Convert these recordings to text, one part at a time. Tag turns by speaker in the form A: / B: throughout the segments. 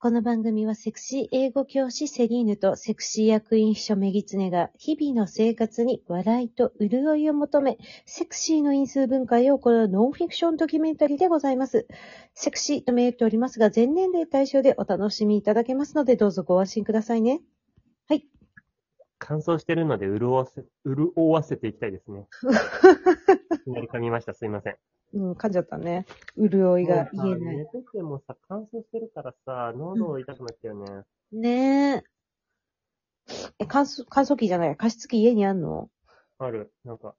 A: この番組はセクシー英語教師セリーヌとセクシー役員秘書メギツネが日々の生活に笑いと潤いを求め、セクシーの因数分解を行うノンフィクションドキュメンタリーでございます。セクシーと銘打っておりますが、全年齢対象でお楽しみいただけますので、どうぞご安心くださいね。
B: 乾燥してるので潤わせ、潤わせていきたいですね。いきなり噛みました。すいません。
A: うん、噛んじゃったね。潤いが言え
B: もうさ
A: ない。
B: 寝ててもさ、乾燥してるからさ、喉痛くなっちゃうね。
A: ねえ。え、乾燥、乾燥機じゃない、加湿器家にあんの
B: ある。なんか、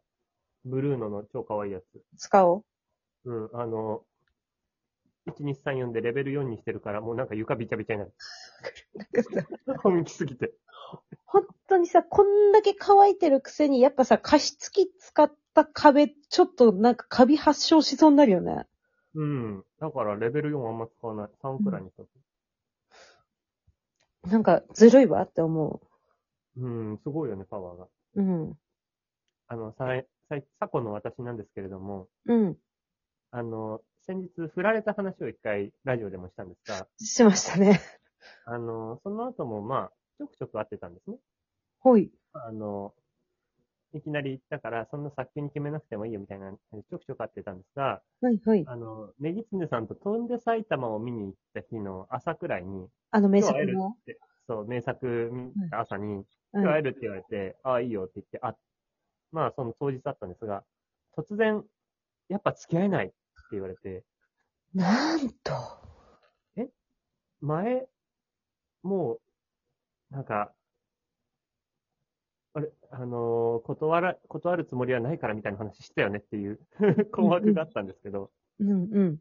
B: ブルーノの超可愛いやつ。
A: 使おう。
B: うん、あの、1234でレベル4にしてるから、もうなんか床びちゃびちゃになる。
A: なんかさ
B: 本気すぎて。
A: 本当にさ、こんだけ乾いてるくせに、やっぱさ、加湿器使った壁、ちょっとなんかカビ発症しそうになるよね。
B: うん。だからレベル4あんま使わない。3くらいにしとく。
A: なんか、ずるいわって思
B: うん、すごいよね、パワーが。
A: う。うん。
B: あの、さい、さい、過去の私なんですけれども、
A: うん。
B: あの、先日振られた話を一回ラジオでもしたんですが、
A: しましたね。
B: あの、その後もまあ、ちょくちょく会ってたんですね。
A: ほい。
B: あの、いきなり、だから、そんな早急に決めなくてもいいよみたいな、ちょくちょく会ってたんですが、
A: はいはい。
B: あの、ネギツネさんと飛んで埼玉を見に行った日の朝くらいに、
A: あの名作
B: 今日会える
A: の。
B: って、そう、名作見た朝に、
A: う
B: 今日会え
A: ん。
B: るって言われて、ああ、いいよって言って、あ、まあ、その当日だったんですが、突然、やっぱ付き合えないって言われて、
A: なんと。
B: 前、もう、なんか、あれ、あのー断ら、断るつもりはないからみたいな話したよねっていう 困惑があったんですけど、
A: うん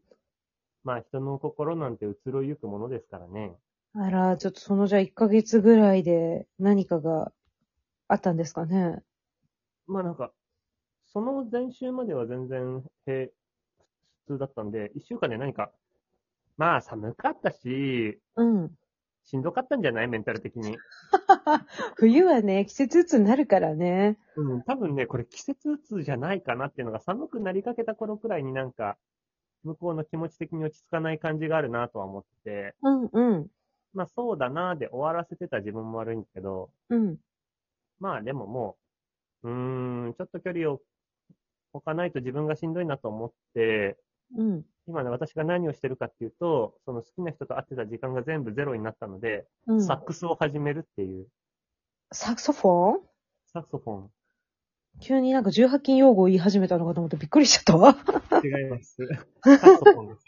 B: まあ人の心なんて移ろいゆくものですからね。
A: うん。あら、ちょっとそのじゃあ1ヶ月ぐらいで何かがあったんですかね。
B: まあなんか、その前週までは全然平、普通だったんで、一週間で何か、まあ寒かったし、
A: うん。
B: しんどかったんじゃないメンタル的に。
A: 冬はね、季節うつになるからね。
B: うん、多分ね、これ季節痛じゃないかなっていうのが寒くなりかけた頃くらいになんか、向こうの気持ち的に落ち着かない感じがあるなとは思ってて、
A: うんうん。
B: まあそうだなで終わらせてた自分も悪いんですけど、
A: うん。
B: まあでももう、うーん、ちょっと距離を置かないと自分がしんどいなと思って、
A: うん。
B: 今ね、私が何をしてるかっていうと、その好きな人と会ってた時間が全部ゼロになったので、
A: うん。
B: サックスを始めるっていう、
A: サクソフォン
B: サクソフォン。
A: 急になんか18禁用語を言い始めたのかと思ってびっくりしちゃったわ。
B: 違います。 サクソフォンです。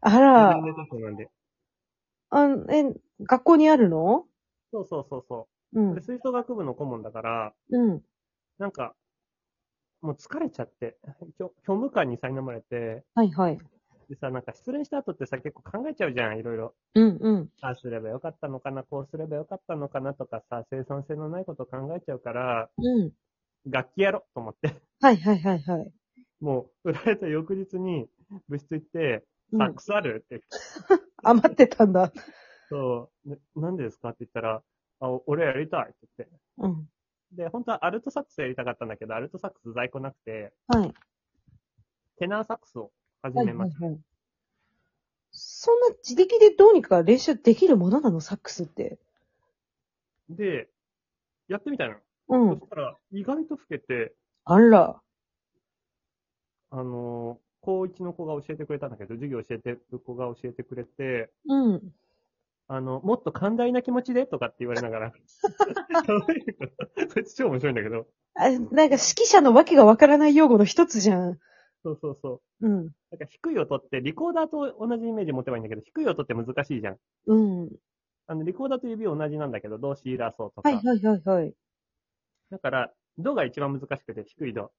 A: あ
B: 自
A: ら
B: 分、のタコなんで。
A: あのえ、学校にあるの
B: そうそうそうそう。
A: う
B: こ
A: ん
B: れ。吹奏楽部の顧問だから、
A: うん。
B: なんか、もう疲れちゃって、きょ虚無感に苛まれて、
A: はいはい。
B: でさ、なんか失恋した後ってさ、結構考えちゃうじゃん、いろいろ。
A: うんうん。
B: ああすればよかったのかな、こうすればよかったのかなとかさ、生産性のないこと考えちゃうから、
A: うん。
B: 楽器やろうと思って、
A: はいはいはいはい。
B: もう、売られた翌日に部室行って、
A: う
B: サッ
A: ん
B: ク、スあるって、
A: 余ってたんだ。
B: そう、ねなんでですかって言ったら、あ、俺やりたいって言って。
A: うん。
B: で、本当はアルトサックスやりたかったんだけど、アルトサックス在庫なくて、
A: はい。
B: テナーサックスを始
A: はいは
B: め
A: い
B: ま
A: は
B: し
A: い
B: た。。
A: そんな自力でどうにか練習できるものなのサックスって。
B: で、やってみたの。
A: う
B: そ
A: ん。
B: したら、意外と老けて、
A: あら。
B: あのー高一の子が教えてくれたんだけど、授業教えてる子が教えてくれて、
A: うん。
B: あの、もっと寛大な気持ちでとかって言われなが ら。そいつ超面白いんだけど。
A: あなんか指揮者のわけがわからない用語の一つじゃん。
B: そうそうそう。
A: うん。
B: なんか低い音って、リコーダーと同じイメージ持てばいいんだけど、低い音って難しいじゃん。
A: うん。
B: あの、リコーダーと指同じなんだけど、どうシーラーソーとか。
A: はいはいはいはい。
B: だから、ドが一番難しくて、低いド。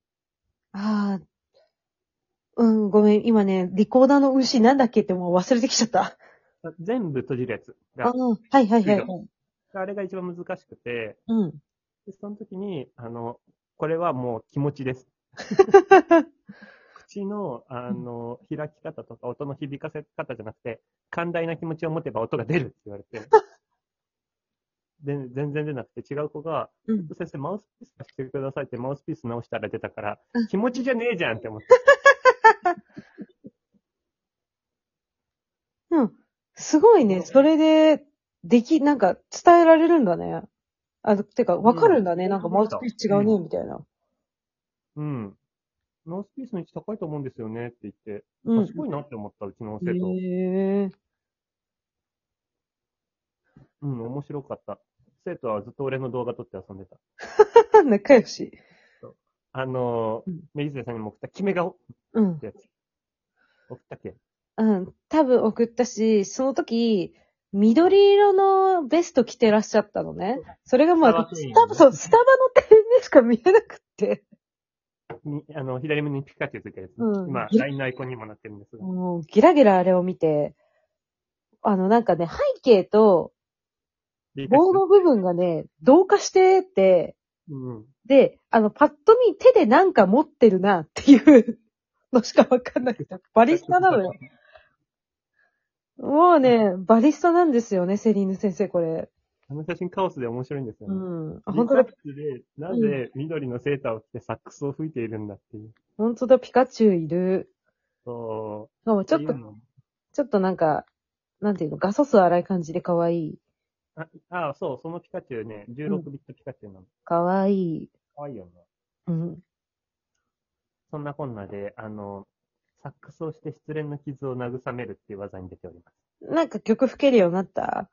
A: ああ。うん、ごめん。今ね、リコーダーの牛なんだっけってもう忘れてきちゃった。
B: 全部閉じるやつ
A: あ
B: が。
A: うんはいはいはいはい。
B: あれが一番難しくて、
A: うん。
B: で、その時に、あの、これはもう気持ちです。口の、あの、開き方とか音の響かせ方じゃなくて、寛大な気持ちを持てば音が出るって言われて。で全然出なくて、違う子が、
A: うん。
B: 先生、マウスピース貸してくださいって、マウスピース直したら出たから
A: うん、
B: 気持ちじゃねえじゃんって思って。
A: うん。すごいね。それで、でき、なんか伝えられるんだね。あ、てか、わかるんだね。
B: うん
A: なんかマウスピース違うね、みたいな。
B: うん。ノースピースの位置高いと思うんですよねって言って、
A: うん。
B: 賢いなって思った、うちの生徒。
A: へえ。
B: うん、面白かった。生徒はずっと俺の動画撮って遊んでた。
A: 仲良し。
B: あのー
A: うん、
B: メリズさんにも送った、決め顔っ
A: うん
B: て。やつ。送ったっけ
A: うん。多分送ったし、その時、緑色のベスト着てらっしゃったのね。それがまあ、
B: ス
A: ス
B: タ
A: タ
B: バ
A: バ、
B: 店員
A: そう、スタバの点でしか見えなくって。
B: にあの、左目にピカチュウついてるやつ。
A: うん
B: 今、LINE のアイコンにもなってるんですが。
A: もう、ギラギラあれを見て、あの、なんかね、背景と
B: で
A: 棒の部分がね、同化してて、
B: うん。
A: で、あの、パッと見手でなんか持ってるなっていうのしかわかんなくて、バリスタなのよ。もうね、バリスタなんですよね、セリーヌ先生、これ。
B: あの写真カオスで面白いんですよ
A: う
B: ね。
A: ん。あ
B: あ
A: 本当だ
B: ピ、カチュウで、なぜ緑のセーターを着てサックスを吹いているんだっていう。
A: 本当だ、ピカチュウいる。
B: そ
A: しかも
B: う。
A: ちょってと、
B: いうの
A: ちょっとなんか、なんていうの、ガソス荒い感じで可愛い。
B: あ、あそう、そのピカチュウね、16ビットピカチュウなの。
A: 可愛い。
B: 可愛いよね。
A: うん。
B: そんなこんなで、あの、サックスをして失恋の傷を慰めるっていう技に出ております。
A: なんか曲吹けるようになった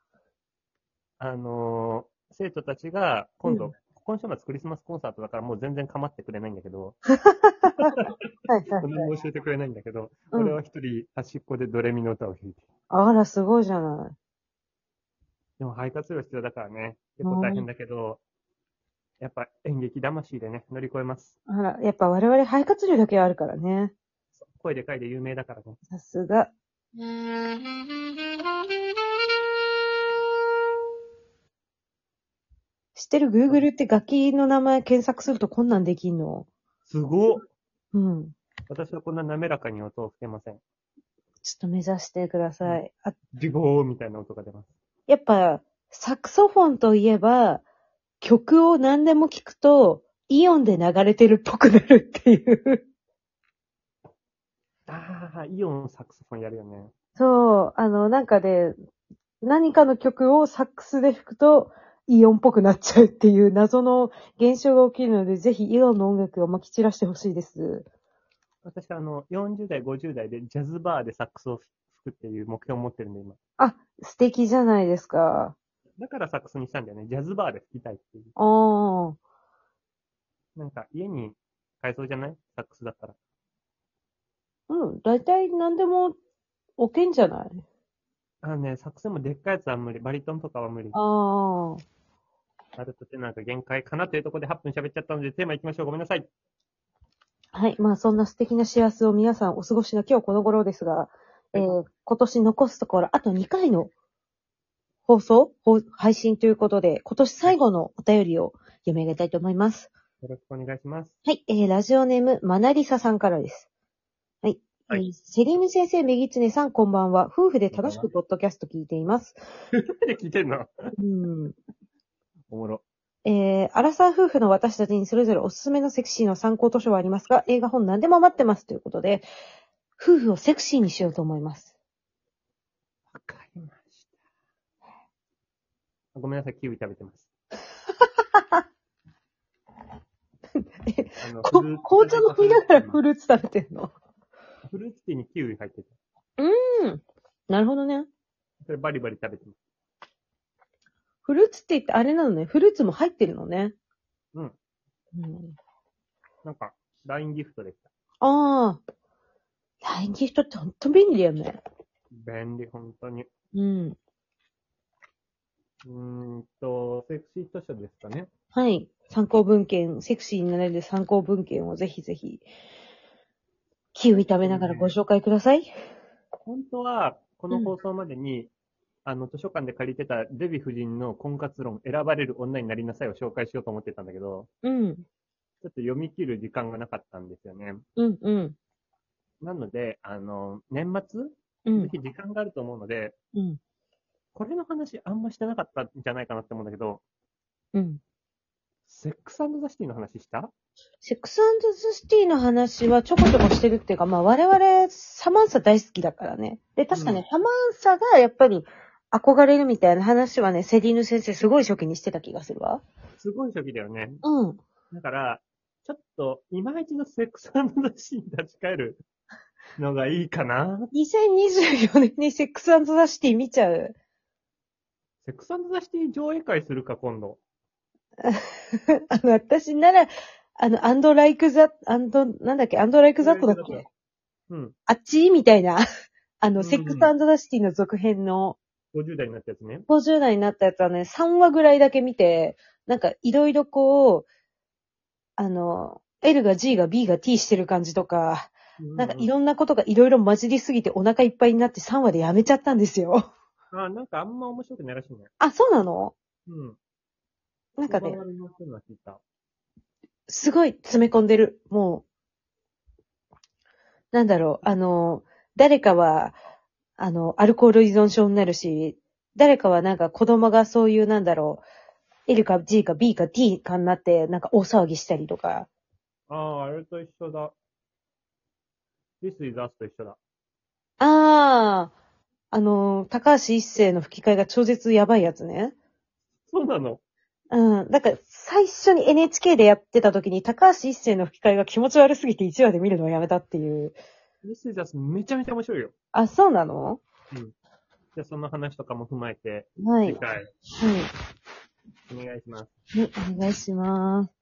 B: あのー生徒たちが、今度、
A: うん
B: 今週末クリスマスコンサートだからもう全然構ってくれないんだけど、
A: はいはい
B: 何も教えてくれないんだけど、
A: うん
B: 俺は一人端っこでドレミの歌を弾いて。
A: あら、すごいじゃない。
B: でも肺活量必要だからね、結構大変だけど、やっぱ演劇魂でね、乗り越えます。
A: あら、やっぱ我々肺活量だけはあるからね。
B: 声でかいで有名だからね。
A: さすが。知ってる Google って楽器の名前検索するとこんなんできんの
B: すごっ
A: うん。
B: 私はこんな滑らかに音を吹けません。
A: ちょっと目指してください。あ
B: ジュゴーみたいな音が出ます。
A: やっぱ、サクソフォンといえば、曲を何でも聞くと、イオンで流れてるっぽくなるっていう。
B: ああ、イオンサックスフォンやるよね。
A: そう、あの、なんかで、何かの曲をサックスで吹くと、イオンっぽくなっちゃうっていう謎の現象が起きるので、ぜひイオンの音楽をまき散らしてほしいです。
B: 私、あの、40代、50代でジャズバーでサックスを吹くっていう目標を持ってるんで、今。
A: 素敵じゃないですか。
B: だからサックスにしたんだよね。ジャズバーで吹きたいってい
A: ああ。
B: う。なんか、家に買えそうじゃないサックスだったら。
A: うん、大体何でも置けんじゃない
B: あのね、サックスもでっかいやつは無理。バリトンとかは無理。
A: ああ。
B: あるとてなんか限界かなというところで8分喋っちゃったので、テーマ行きましょう。ごめんなさい。
A: はい。まあ、そんな素敵な幸せを皆さんお過ごしの今日この頃ですが、えー今年残すところ、あと2回の放送、ほ配信ということで、今年最後のお便りを読み上げたいと思います。
B: よろしくお願いします。
A: はい、えー、ラジオネーム、マナリサさんからです。はい。
B: はい
A: えーセリーヌ先生、メギツネさん、こんばんは。夫婦で楽しくポッドキャスト聞いています。
B: なんで聞いてんの
A: うん。
B: おもろ。
A: えー、アラサー夫婦の私たちにそれぞれおすすめのセクシーの参考図書はありますが、映画本何でも待ってますということで、夫婦をセクシーにしようと思います。
B: わかりました。ごめんなさい、キウイ食べ てます。あの
A: こ
B: フルーツ
A: 紅茶飲みながらフルーツ食べてんの。
B: フルーツティーにキウイ入ってて、
A: なるほどね。
B: それバリバリ食べてます。
A: フルーツって言ってあれなのね。フルーツも入ってるのね。
B: うん。
A: うん、
B: なんか、LINE ギフトできた。
A: ああ。LINE ギフトってほんと便利だよね。
B: 便利、本当に。う
A: うん。
B: ーんと、セクシー図書ですかね。
A: はい。参考文献、セクシーになれる参考文献をぜひぜひ、キウイ食べながらご紹介ください。
B: 本当は、この放送までに、あの、図書館で借りてたデヴィ夫人の婚活論、選ばれる女になりなさいを紹介しようと思ってたんだけど、
A: うん。
B: ちょっと読み切る時間がなかったんですよね。
A: うん、うん。
B: なので、あの、年末
A: う
B: ぜ
A: ん。
B: ひ時間があると思うので、
A: うん。
B: これの話あんましてなかったんじゃないかなって思うんだけど、
A: うん。
B: セックスザシティの話した
A: セックスザシティの話はちょこちょこしてるっていうか、まあ我々サマンサ大好きだからね。で、確かね、
B: うん
A: サマンサがやっぱり憧れるみたいな話はね、セリーヌ先生すごい初期にしてた気がするわ。
B: すごい初期だよね。
A: うん。
B: だから、ちょっと、いまいちのセックスザシティに立ち 返るのがいいかな。
A: 2024年にセックスザシティ見ちゃう。
B: セックスザシティ上映会するか、今度。
A: あの、私なら、あの、アンドライクザ、アンド、なんだっけ、アンドライクザットだっけ
B: うん。
A: あっちみたいな。あの、
B: うん
A: セックスザシティの続編の
B: 50代になったやつね。
A: 50代になったやつはね、3話ぐらいだけ見て、なんかいろいろこう、あの、L が G が B が T してる感じとか、なんかいろんなことがいろいろ混じりすぎてお腹いっぱいになって3話でやめちゃったんです よ。
B: うんあ、なんかあんま面白くないらしいね。
A: あ、そうなの
B: うん。
A: なんかね
B: 小、川に乗ってるのは聞いた。
A: すごい詰め込んでる。もう、なんだろう、あの、誰かは、あの、アルコール依存症になるし、誰かはなんか子供がそういうなんだろう、L か G か B か T かになって、なんか大騒ぎしたりとか、
B: ああ、あれと一緒だ。This is us と一緒だ。
A: ああ、あのー、高橋一生の吹き替えが超絶やばいやつね。
B: そうなの
A: うん。だから、最初に NHK でやってた時に、高橋一生の吹き替えが気持ち悪すぎて1話で見るのをやめたっていう。
B: ?This is us めちゃめちゃ面白いよ。
A: あ、そうなの
B: じゃあその話とかも踏まえて、
A: はい。
B: 次
A: はい。
B: 回お願いします。
A: ねお願いします。